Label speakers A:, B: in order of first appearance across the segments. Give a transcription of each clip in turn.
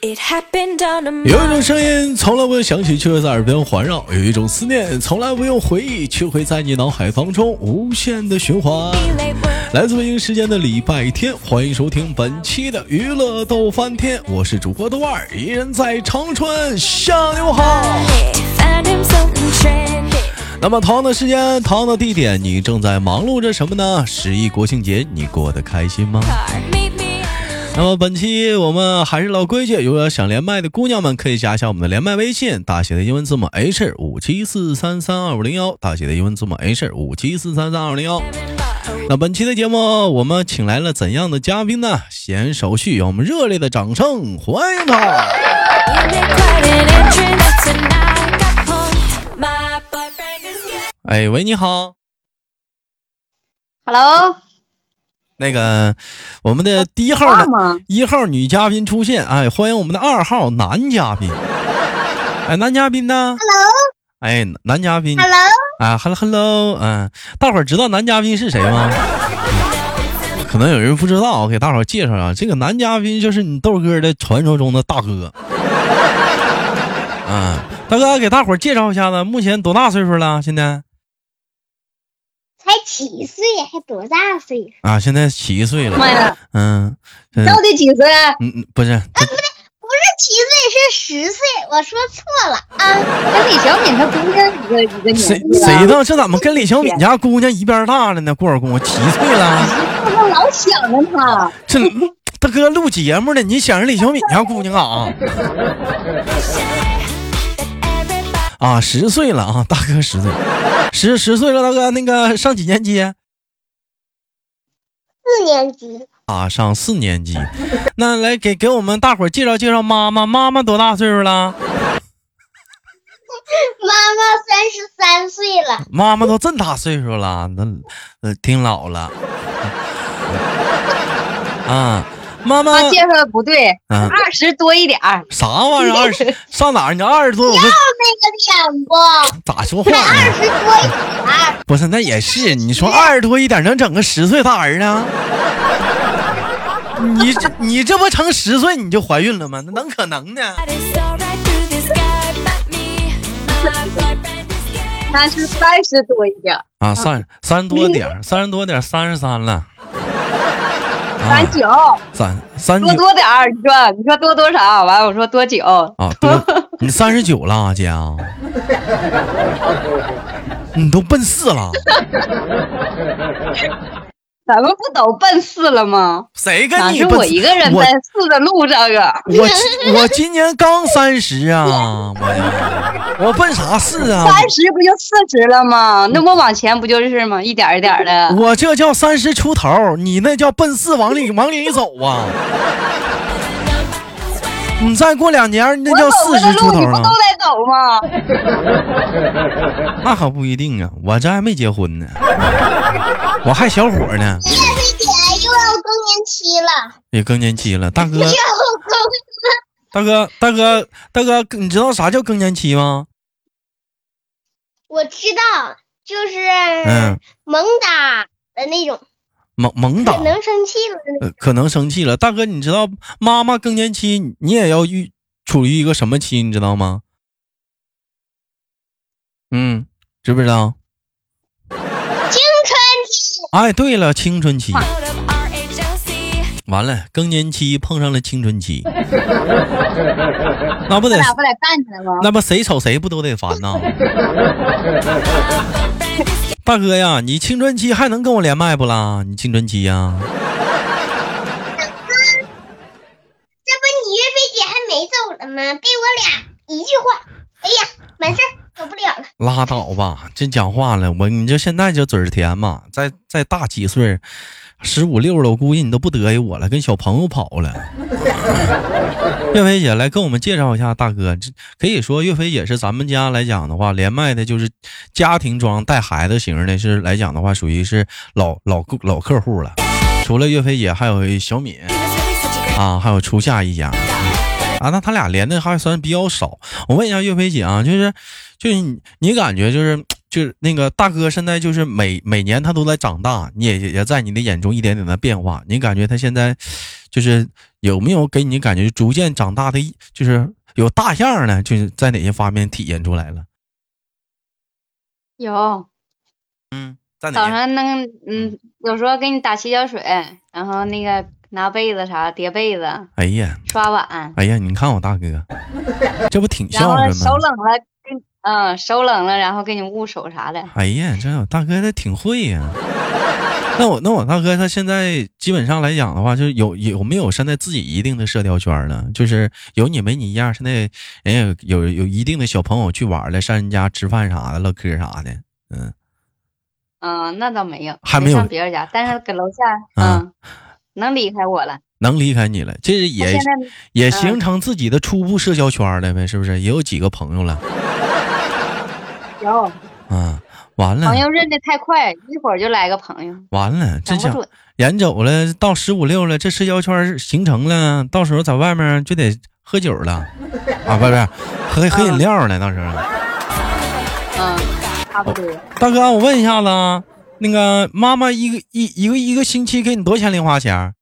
A: It happened on a
B: 有一种
A: Monday.
B: 声音从来不用响起，却会在耳边环绕；有一种思念从来不用回忆，却会在你脑海当中无限的循环。
A: Late work.
B: 来自北京时间的礼拜天，欢迎收听本期的娱乐逗翻天，我是主播豆瓣儿，一人在长春向你们好。
A: Found him so trendy.
B: 那么同样的时间，同样的地点，你正在忙碌着什么呢？十一国庆节，你过得开心吗？
A: Car, meet me.
B: 那么本期我们还是老规矩，有要想连麦的姑娘们，可以加一下我们的连麦微信，大写的英文字母 H 五七四三三二五零幺，大写的英文字母 H 五七四三三二五零幺。那本期的节目，我们请来了怎样的嘉宾呢？闲手续，让我们热烈的掌声欢迎他！
A: You made quite an entrance and I got home. My boyfriend is gay.
B: 哎，喂，你好，
C: Hello，
B: 那个我们的第一号
C: 大
B: 的
C: 吗？
B: 一号女嘉宾出现，哎，欢迎我们的二号男嘉宾。哎，男嘉宾呢？Hello。哎，男嘉宾。Hello。啊，Hello Hello，嗯、大伙儿知道男嘉宾是谁吗？嗯可能有人不知道，我给大伙儿介绍啊，这个男嘉宾就是你豆哥的传说中的大哥。嗯，大哥给大伙儿介绍一下子，目前多大岁数了？现在
D: 才几岁，还多大岁？
B: 啊，现在七岁了。
C: 妈呀，哎
B: 嗯，嗯
C: 到底几岁？啊
B: 嗯，嗯不是，这
D: 不是七岁，是十岁，我说错了啊！
C: 跟李小敏她中间一个一个
B: 谁
C: 年纪
B: 谁知
C: 啊，
B: 道这怎么跟李小敏家姑娘一边大了呢？过会儿跟我七岁了，
C: 我怎么老想着她？
B: 这大哥录节目呢，你想着李小敏家姑娘啊干啥
A: Everybody
B: 啊？十岁了啊，大哥十岁，十十岁了，大哥那个上几年级
D: 四年级，
B: 啊？上四年级。那来给给我们大伙儿介绍介绍妈妈，妈妈多大岁数了？
D: 妈妈三十三岁了，
B: 妈妈都这么大岁数了，那呃挺老了。啊，妈 妈
C: 她介绍的不对，
B: 嗯
C: 二十多一点儿。
B: 啥玩意儿？二十上哪儿？你二十多，我说
D: 那个脸不，
B: 咋说话呢？
D: 二十多一点儿，
B: 不是，那也是。你说二十多一点能整个十岁大儿 呢？你这你这不成十岁你就怀孕了吗？那能可能呢？
A: saw right through this guy, but me. My boyfriend is gay.
C: 她是三十多一点儿，
B: 啊，三三十多点儿，三十多点儿，三十三了。啊
C: 三，九，
B: 三三九
C: 多多点儿。你说，你说多多少？完，我说多久？
B: 啊，多，你三十九了啊，姐啊，你都奔四了，
C: 咱们不都奔四了吗？
B: 谁
C: 哪
B: 跟你
C: 是
B: 奔
C: 我
B: 四
C: 一个人
B: 我
C: 奔四的路上啊？
B: 我今我今年刚三十啊，我我奔啥四啊？
C: 三十不就四十了吗？那我往前不就是吗？一点儿一点儿 的。
B: 我这叫三十出头，你那叫奔四往里往里走啊！你再过两年，那
C: 我
B: 叫
C: 走
B: 四
C: 的
B: 十出
C: 路
B: 头啊
C: 你不
B: 了
C: 都，得走 吗？
B: 那可不一定啊！我这还没结婚呢，我还小伙呢，
D: 你也是姐，又要更年期了，
B: 也更年期了。大哥
D: 又，要更，
B: 大哥，大哥，大哥，你知道啥叫更年期吗？
D: 我知道，就是
B: 嗯，
D: 猛打的那种，
B: 猛猛打
D: 可，能生气了的那种。
B: 呃可能生气了。大哥，你知道妈妈更年期，你也要遇处于一个什么期，你知道吗？嗯，知不知道？
D: 青春期，
B: 哎，对了，青春期
A: Out of RHLC.
B: 完了，更年期碰上了青春 期，那不得
C: 咱俩不得干起来吗？
B: 那不谁瞅谁不都得烦 呐？大哥呀，你青春期还能跟我连麦不啦？你青春期呀？
D: 这不你岳飞姐还没走了吗？给我俩一句话，哎呀，完事儿，走不了了。
B: 拉倒吧，真讲话了，我你就现在就嘴儿甜嘛，再再大几岁，十五六了，我估计你都不得意我了，跟小朋友跑了。岳飞姐来跟我们介绍一下大哥，这可以说岳飞姐是咱们家来讲的话，连麦的就是家庭装带孩子型的，是来讲的话属于是老老顾老客户了。除了岳飞姐，还有小敏
A: He was really such a great
B: 啊，还有初夏一家。
A: guy.
B: 啊，那他俩连的还算比较少。我问一下岳飞姐啊，就是，就是你你感觉就是就是那个大哥现在就是每每年他都在长大，你也也在你的眼中一点点的变化。你感觉他现在 就是有没有给你感觉逐渐长大的一，就是有大样儿呢？就是在哪些方面体现出来了？
C: 有
B: 嗯，在哪
C: 早
B: 些？
C: 上那个嗯，有时候给你打洗脚水，然后那个拿被子啥叠被子、
B: 哎呀，
C: 刷碗，
B: 哎呀，你看我大哥，这不挺
C: 然
B: 孝
C: 后
B: 顺吗
C: 手？冷了给你嗯手冷了，然后给你捂手啥的。
B: 哎呀，这我大哥他挺会呀、那我那我大哥他现在基本上来讲的话，就是有有没有现在自己一定的社交圈了？就是有你没你一样，现在人家有有有一定的小朋友去玩了，上人家吃饭啥的，唠嗑啥的。嗯，
C: 嗯，那倒没有，
B: 还没有
C: 上别人家，但是搁楼下，
B: 啊
C: 嗯，能离开我了。
B: 能离开你了，这是
C: 他
B: 也
C: 现在呃
B: 也形成自己的初步社交圈了呗，是不是？也有几个朋友了
C: 有
B: 啊？完了
C: 朋，友认得太快，一会儿就来个朋友，
B: 完了，这
C: 整不
B: 讲
C: 准。
B: 眼走了，到十五六了，这社交圈儿形成了，到时候在外面就得喝酒了，啊，不是不是，喝喝饮料了，到时候。
C: 嗯，差不多。
B: 大哥，我问一下子啊，那个妈妈一个一一个一个星期给你多少钱零花钱儿？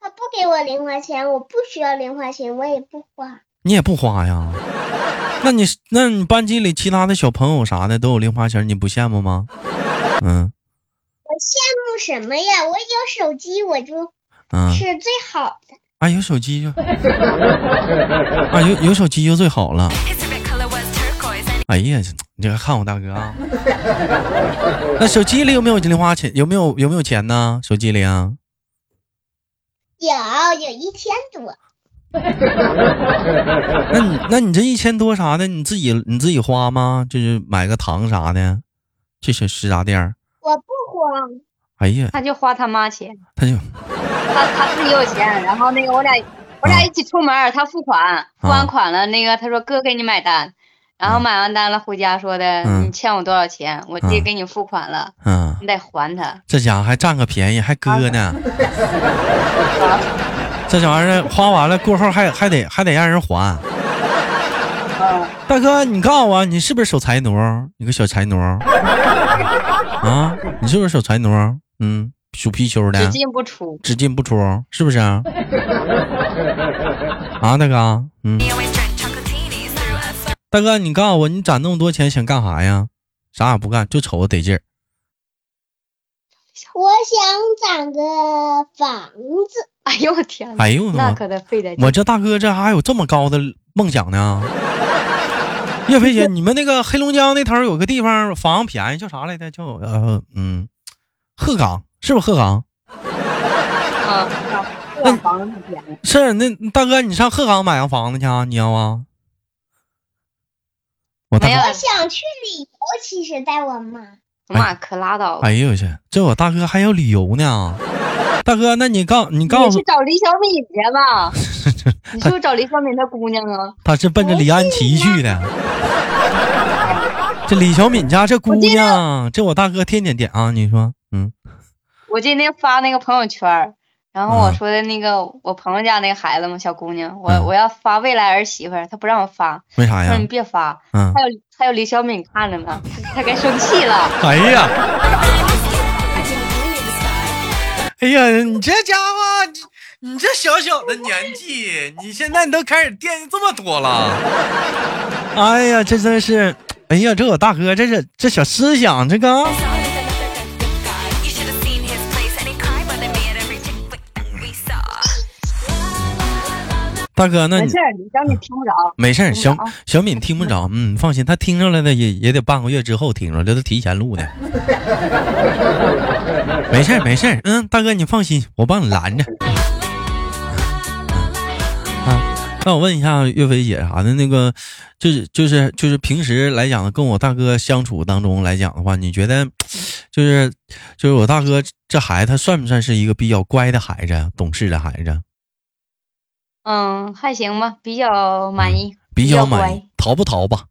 D: 他不给我零花钱，我不需要零花钱，我也不花。
B: 你也不花呀？那你那你班级里其他的小朋友啥的都有零花钱儿，你不羡慕吗？嗯
D: 我羡慕什么呀？我有手机，我就
B: 嗯，
D: 是最好的。
B: 啊，有手机就啊，有有手机就最好了。哎呀，你这个看我大哥啊！那手机里有没有零花钱？有没有有没有钱呢？手机里啊？
D: 有有一千多，
B: 那你那你这一千多啥的，你自己你自己花吗？就是买个糖啥的，去吃食杂店儿。
D: 我不花。
B: 哎呀，
C: 他就花他妈钱，
B: 他就
C: 他他自己有钱，然后那个我俩我
B: 啊
C: 俩一起出门儿，他付款，付完款了，那个他说哥给你买单，然后
B: 嗯
C: 买完单了回家说的
B: 嗯
C: 你欠我多少钱，我爹
B: 嗯
C: 给你付款了，
B: 嗯，
C: 你得还他。
B: 这家伙还占个便宜，还割 呢。这玩意儿花完了过后还还得还得让人还。
C: 嗯，
B: 大哥，你告诉我，你是不是守财奴？你个小财奴 啊！你是不是守财奴？嗯，属貔貅
C: 只
B: 的，
C: 进不出。
B: 只进不出，是不是？ 啊，大哥，嗯，大哥，你告诉我，你攒那么多钱想干啥呀？啥也不干，就瞅着得劲儿。
D: 我想攒个房子，
C: 哎呦我天哪！
B: 哎呦我的妈
C: 那可得费点劲。
B: 我这大哥这还有这么高的梦想 呢？岳飞姐，你们那个黑龙江那头有个地方房便宜，叫啥来着？叫呃嗯，鹤岗是不是鹤岗？
C: 嗯，这房子便宜。
B: 是那大哥，你上鹤岗买个房子去啊？你要啊？我哎大
C: 没有
B: 哥，
D: 我想去旅游，其实带我妈。
C: 我妈可拉倒吧！
B: 哎呦我去，这我大哥还要旅游呢。大哥，那你告你告
C: 你
B: 诉
C: 去找李小敏去 吧。你是不是找李小敏那姑娘啊？
B: 他是奔着李安琪去 的。这李小敏家这姑娘，这我大哥天天点啊，你说，嗯
C: 我今天发那个朋友圈儿，然后我
B: 嗯
C: 说的那个、我朋友家那个孩子嘛，小姑娘，我、
B: 嗯
C: 我要发未来儿媳妇儿，她不让我发，
B: 为啥
C: 说
B: 哎呀
C: 你？别发，
B: 嗯，
C: 还有还有李小敏看着呢，她她该生气了。
B: 哎呀，哎呀，你这家伙，你你这小小的年纪，你现在你都开始惦记这么多了。哎呀，这真是，哎呀，这我大哥，这是这小思想，这个啊大哥，那
C: 没
B: 你
C: 事儿，李小敏听不着。
B: 没事儿，
C: 听
B: 小
C: 不着
B: 小敏听不着，嗯，放心，她听着了的也也得半个月之后听着，这都提前录的。没事儿没事儿，嗯，大哥你放心，我帮你拦着。啊，那我问一下岳飞姐啥的，那个就是就是就是平时来讲，跟我大哥相处当中来讲的话，你觉得就是就是我大哥这孩子，他算不算是一个比较乖的孩子，啊懂事的孩子，
C: 嗯，还行吧，比较满意。
B: 嗯比
C: 比
B: 较
C: 较
B: 满
C: 乖
B: 意，淘不淘吧？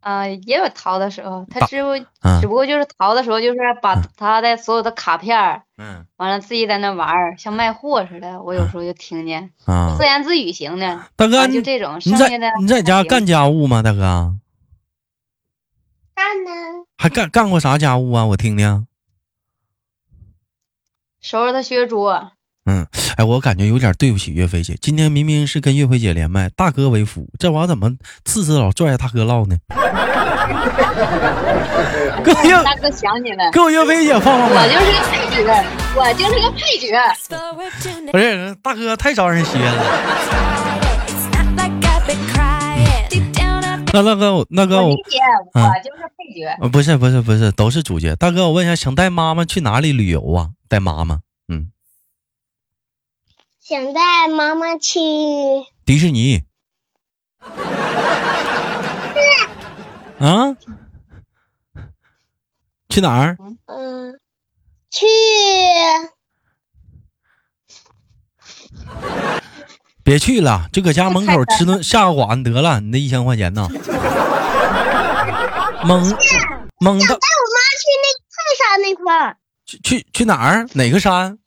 C: 啊、也有淘的时候，他
B: 打
C: 只不
B: 嗯
C: 只不过就是淘的时候，就是把
B: 嗯
C: 他的所有的卡片儿，
B: 嗯
C: 完了自己在那玩儿，像卖货似的。我有时候就听见
B: 啊
C: 自，言自语型的，
B: 大哥
C: 啊，就
B: 你
C: 这种。
B: 你
C: 剩
B: 在
C: 下的
B: 你在家
C: 还行
B: 干家务吗，大哥？
D: 干呢？
B: 还干干过啥家务啊？我听听。
C: 收拾他学桌。
B: 嗯，哎，我感觉有点对不起岳飞姐。今天明明是跟岳飞姐连麦，大哥为夫，这玩意儿怎么次次老拽着大哥唠呢？ 给我岳
C: 大哥想起来，
B: 给我岳飞姐放放
C: 我
B: 麦，
C: 就是个配角，我就是个配角。
A: forward to
B: 不是大哥太招人稀罕了。
A: It's not like I've been crying. Deep down, I've
B: 那那个我那个
C: 我
B: 我
C: 理解，
B: 嗯
C: 我就是配角。
B: 呃不是不是不是都是主角。大哥，我问一下，想带妈妈去哪里旅游啊？带妈妈，嗯，
D: 想带妈妈去
B: 迪士尼。啊？去哪儿？
D: 嗯，去
B: 别去了，就搁家门口吃顿下个馆得了，你那一千块钱呢？蒙蒙的
D: 带我妈去那泰山那块儿，
B: 去去去哪儿？哪个山？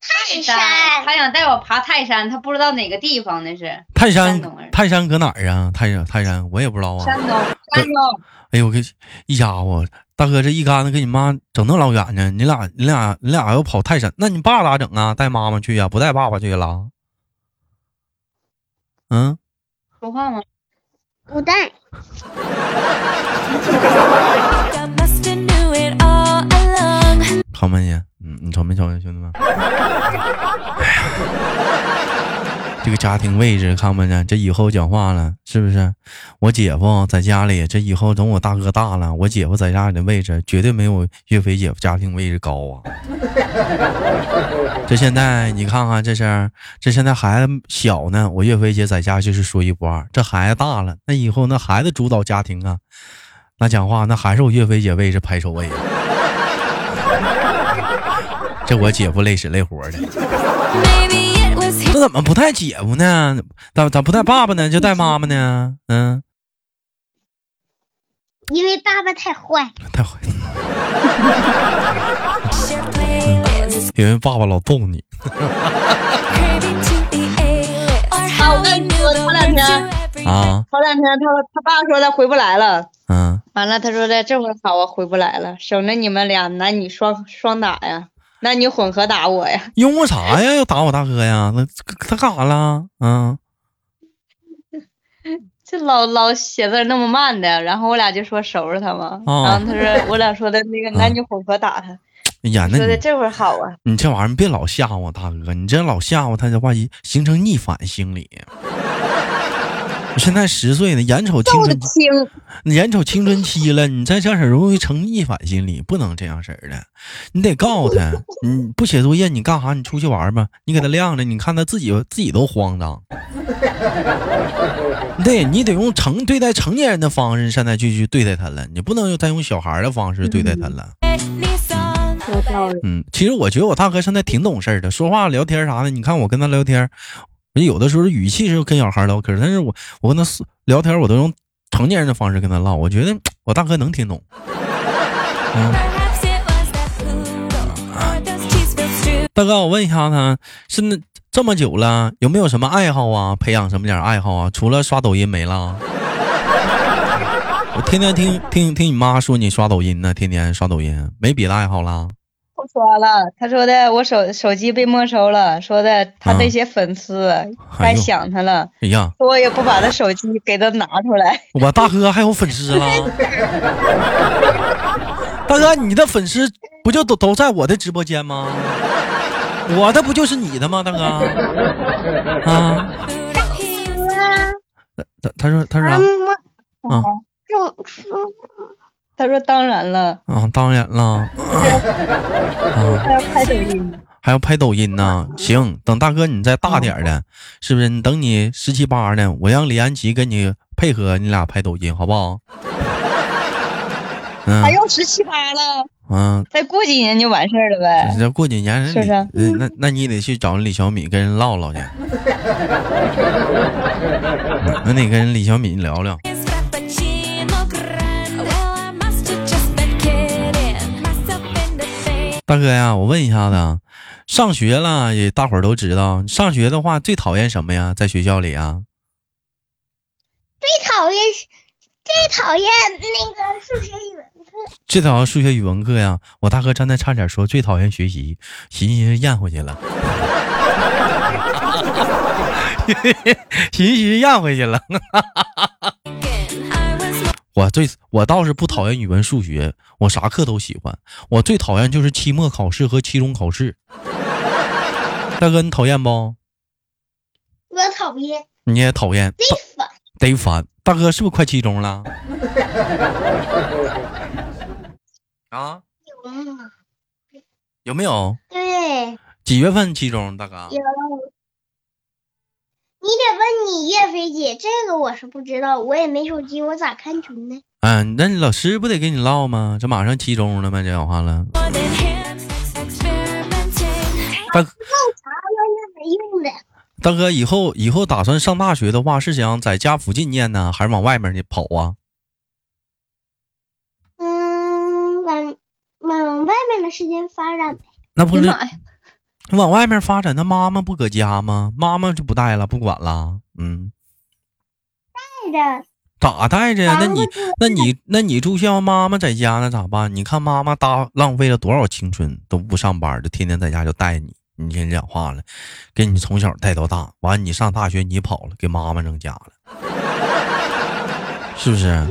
D: 泰山
C: 他想带我爬泰山，他不知道哪个地方那是
B: 泰山
C: 山东人？
B: 泰山搁哪儿啊？泰山泰山，我也不知道啊。
C: 山东，山东。
B: 哎呦，我跟一家伙，大哥这一竿子给你妈整那老远呢，你俩你俩你俩要跑泰山，那你爸咋整啊？带妈妈去呀、不带爸爸去了？嗯，
C: 说话吗？
D: 不带，
A: been I must have knew it all along.
B: 瞅没你，嗯，你瞅没瞅见兄弟们？哎呀， 这个家庭位置看不见，这以后讲话了是不是？我姐夫在家里，这以后等我大哥大了，我姐夫在家里的位置绝对没有岳飞姐夫家庭位置高啊。 这现在你看看这是，这现在孩子小呢，我岳飞姐在家就是说一不二。这孩子大了，那以后那孩子主导家庭啊，那讲话那还是我岳飞姐位置排首位啊。这我姐夫累死累活的，
A: Maybe it was him
B: 那怎么不带姐夫呢？咋咋不带爸爸呢？就带妈妈呢？嗯，
D: 因为爸爸太坏，
B: 太坏了，
A: shared playlists,
B: 因为爸爸老揍你。
A: craving to be A-list. Or how we knew the words to every
B: 啊，
C: 头两天他他爸说他回不来了，
B: 嗯，
C: 完了他说的这回好啊，回不来了，省得你们俩男女双双打呀，男女混合打我呀。
B: 因为啥呀？要打我大哥呀？那他干啥了？嗯，
C: 这老老写字那么慢的，然后我俩就说收拾他嘛，
B: 哦
C: 然后他说我俩说的那个男女混合打他，
B: 哎呀，那
C: 说的
B: 你
C: 这会儿好啊，
B: 你这玩意儿别老吓唬我大哥，你这老吓唬他的话，一形成逆反心理。我现在十岁呢，眼瞅青
C: 揍的
B: 春期
C: 轻，
B: 你眼瞅青春期了，你再这样式儿容易成逆反心理，不能这样式儿的。你得告诉他，你不写作业，你干啥？你出去玩儿吧，你给他晾着，你看他自己自己都慌张。对你得用成对待成年人的方式，现在去去对待他了，你不能再用小孩儿的方式对待他了。
A: Britney song.
C: 有道理，
B: 嗯，其实我觉得我大哥现在挺懂事儿的，说话聊天啥的，你看我跟他聊天，我有的时候语气是跟小孩唠嗑，但是我我跟他私聊天，我都用成年人的方式跟他唠，我觉得我大哥能听懂。
A: Perhaps it was that poodle or those cheese-filled strudels.
B: 大哥，我问一下他，现在这么久了，有没有什么爱好啊？培养什么点爱好啊？除了刷抖音没了？啊 我天天听听听你妈说你刷抖音呢，天天刷抖音，没别的爱好啦。
C: 不说了，他说的我手手机被没收了，说的他那些粉丝
B: 嗯哎
C: 该
B: 呦
C: 想他了，
B: 哎呀，
C: 说我也不把他手机给他拿出来，
B: 我大哥还有粉丝啦！大哥，你的粉丝不就都都在我的直播间吗？我的不就是你的吗，大哥？啊，
A: He
B: 他他说他说啥
D: 妈妈
B: 啊
D: 种树，
C: 他说当然了，
B: 啊，当然了。啊
C: 他要拍抖音，
B: 还要拍抖音呢。行，等大哥你再大点儿的，是不是？你等你十七八的，我让李安琪跟你配合，你俩拍抖音好不好？嗯
C: 他又十七八了，
B: 嗯，
C: 再过几年就完事儿了呗
B: 你。这过几年人
C: 哎是不是
B: 李那那你得去找李小米跟人唠唠 去，那得跟李小米聊聊。
A: is Frappuccino Grande. Well, I must have just been kidding myself in the face.
B: 大哥呀，我问一下子啊，上学了也大伙儿都知道，上学的话最讨厌什么呀？在学校里啊？
D: 最讨厌最讨厌那个数学语文课，
B: 最讨厌数学、语文课呀！我大哥刚才差点说最讨厌学习，寻思咽回去了， 寻思咽回去了。
A: I was
B: 我最我倒是不讨厌语文、数学，我啥课都喜欢。我最讨厌就是期末考试和期中考试。大哥，你讨厌不？
D: 我讨厌，
B: 你也讨厌，
D: 贼烦。
B: 得烦。大哥，是不是快期中了？ 啊，
D: 嗯，
B: 有没有？
D: 对，
B: 几月份期中？大哥，
D: 有。你得问你岳飞姐，这个我是不知道，我也没手机，我咋看群呢？
B: 嗯，那你老师不得跟你唠吗？这马上期中了吗？这讲话了，
A: more than him, experimenting.
B: 大哥
D: 查要那没用的，
B: 大哥，以后以后打算上大学的话，是想在家附近念呢，还是往外面去跑啊？
D: 嗯，往往外面的世界发展呗。
B: 那不
D: 哎
B: 是
D: 呀妈呀，
B: 往外面发展，那妈妈不搁家吗？妈妈就不带了，不管了。嗯，
D: 带着
B: 咋带着呀？那你
D: 房子
B: 那你那你住校，妈妈在家那咋办？你看妈妈搭浪费了多少青春，都不上班，就天天在家就带你。你听讲话了，给你从小带到大，完你上大学你跑了，给妈妈扔家了，是不是？
D: 我不能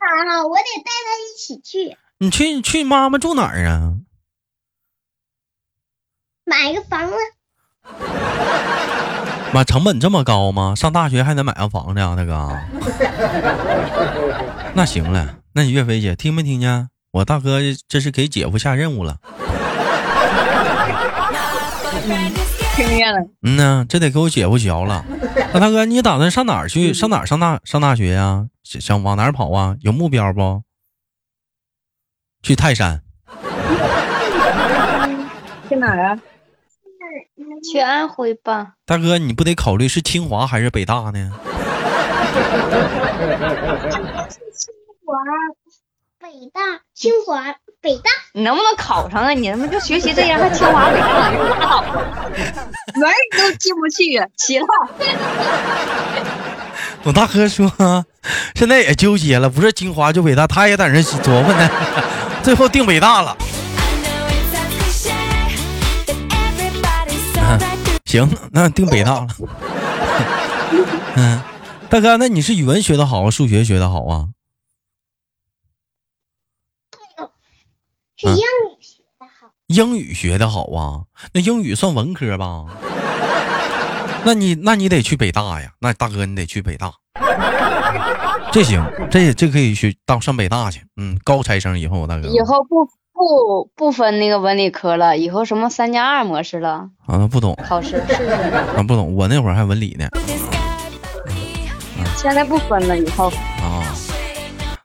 D: 爬了，我得带他一起去
B: 你去你去妈妈住哪儿啊？
D: 买一个房子。
B: 妈，成本这么高吗？上大学还得买个房子啊，大哥？那行了，那你岳飞姐听没听见？我大哥这是给姐夫下任务了。
C: 听见了，
B: 嗯呐，这得给我姐夫嚼了。那大哥，你打算上哪儿去？上哪儿上大上大学呀、想想往哪儿跑啊？有目标不？去泰山。
C: 去哪儿啊？去
D: 去
C: 安徽吧。
B: 大哥，你不得考虑是清华还是北大呢？
D: 清华、北大、清华、北大。
C: 你能不能考上啊？你他妈就学习这样，还清华北大，你拉倒 吧，门儿你都进不去，啊起了。
B: 我大哥说，现在也纠结了，不是清华就北大，他也在那琢磨呢， 最后定北大了。
A: I know it sounds cliche, but everybody's so right through
B: 行，那定北大了。嗯，大哥，那你是语文学的好，数学学的好啊？
D: 是英语学的好，
B: 英语学的好啊？那英语算文科吧？那你那你得去北大呀，那大哥你得去北大。这行，这这可以去到上北大去，嗯，高材生以后大哥
C: 以后不不不分那个文理科了，以后什么三加二模式了，
B: 啊不懂
C: 考试是不是？
B: 啊不懂，我那会儿还文理呢
A: the sky, but we
C: 现在不分了，以后
B: 啊。
A: shade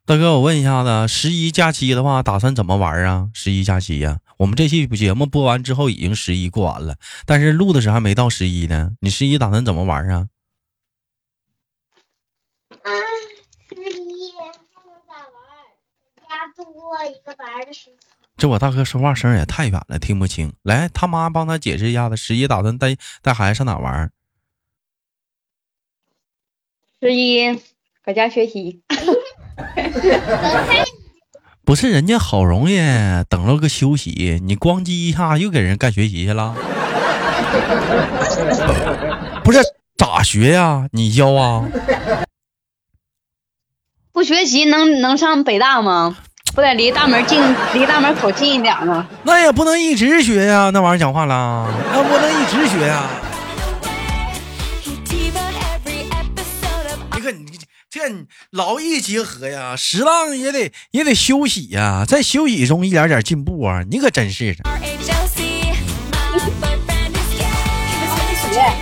B: 大哥，我问一下子，十一假期的话，打算怎么玩啊？十一假期呀、我们这期节目播完之后已经十一过完了，但是录的时候还没到十一呢。你十一打算怎么玩啊？
D: 啊，十一不能咋玩儿，家度过一个玩儿的时间。
B: 这我大哥说话声儿也太远了，听不清。来，他妈帮他解释一下子，十一打算带带孩子上哪玩儿？
C: 十一搁家学习，
B: 不是人家好容易等了个休息，你咣叽一下又给人干学习去了，不是咋学呀、你教啊？
C: 不学习能能上北大吗？不得离大门近，离大门口近一点吗？
B: 那也不能一直学呀、那玩意儿讲话啦，那不能一直学呀、
A: He devoted every episode of
B: 你可你这你劳逸结合呀，适当也得也得休息呀、在休息中一点点进步啊。你可真是的，
A: our HLC. My boyfriend is gay. He was really strict.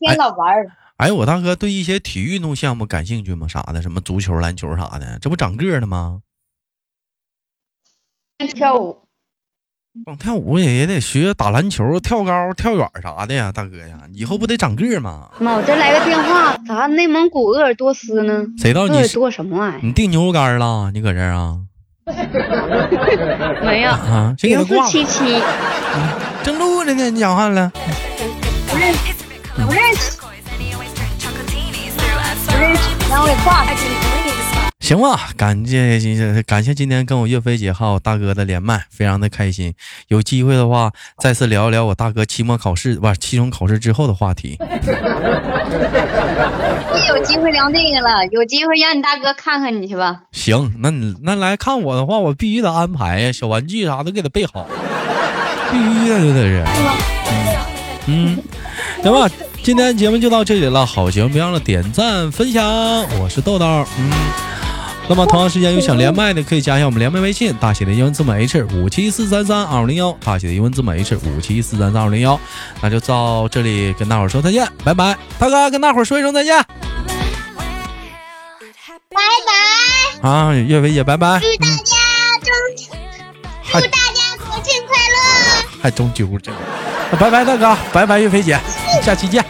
C: 一天老玩儿，
B: 哎，我大哥对一些体育运动项目感兴趣吗？啥的，什么足球、篮球啥的，这不长个儿呢吗？
C: 跳舞，
B: 光跳舞也也得学打篮球、跳高、跳远啥的呀，大哥呀，以后不得长个儿吗？
C: 妈，我这来个电话，咋内蒙古鄂尔多斯呢？
B: 谁到
C: 鄂
B: 哦你
C: 尔多什么玩意
B: 你订牛肉干儿了？你搁这儿啊？
C: 儿？没有，
B: 啊，谁给他
C: 零四
B: 挂了？
C: 七七，
B: 正录着呢，你讲话了。
A: It's a bit
C: 嗯
A: cold. turquoise, and he always drank chocolatinis through a straw.
C: 让我给挂了。
A: I didn't believe this.
B: 行吧，感谢感谢今天跟我岳飞姐还有大哥的连麦，非常的开心。有机会的话，再次聊一聊我大哥期末考试不是期中考试之后的话题。
C: 一有机会聊那个了，有机会让你大哥看看你去吧。
B: 行，那你那来看我的话，我必须得安排呀，小玩具啥都给他备好，必须的，就得是。嗯，行吧，今天节目就到这里了，好节目别忘了点赞分享，我是豆豆，嗯。那么同样时间有想连麦的，可以加一下我们连麦微信，大写的英文字母 H 五七四三三二零幺，大写的英文字母 H 五七四三三二零幺。那就到这里跟大伙儿说再见，拜拜，大哥跟大伙儿说一声再见
D: 拜拜，
B: 啊，岳飞姐拜拜，
D: 祝大家中，
B: 还
D: 祝大家国庆快乐。
B: 还中秋这，拜拜大哥，拜拜岳飞姐，下期见。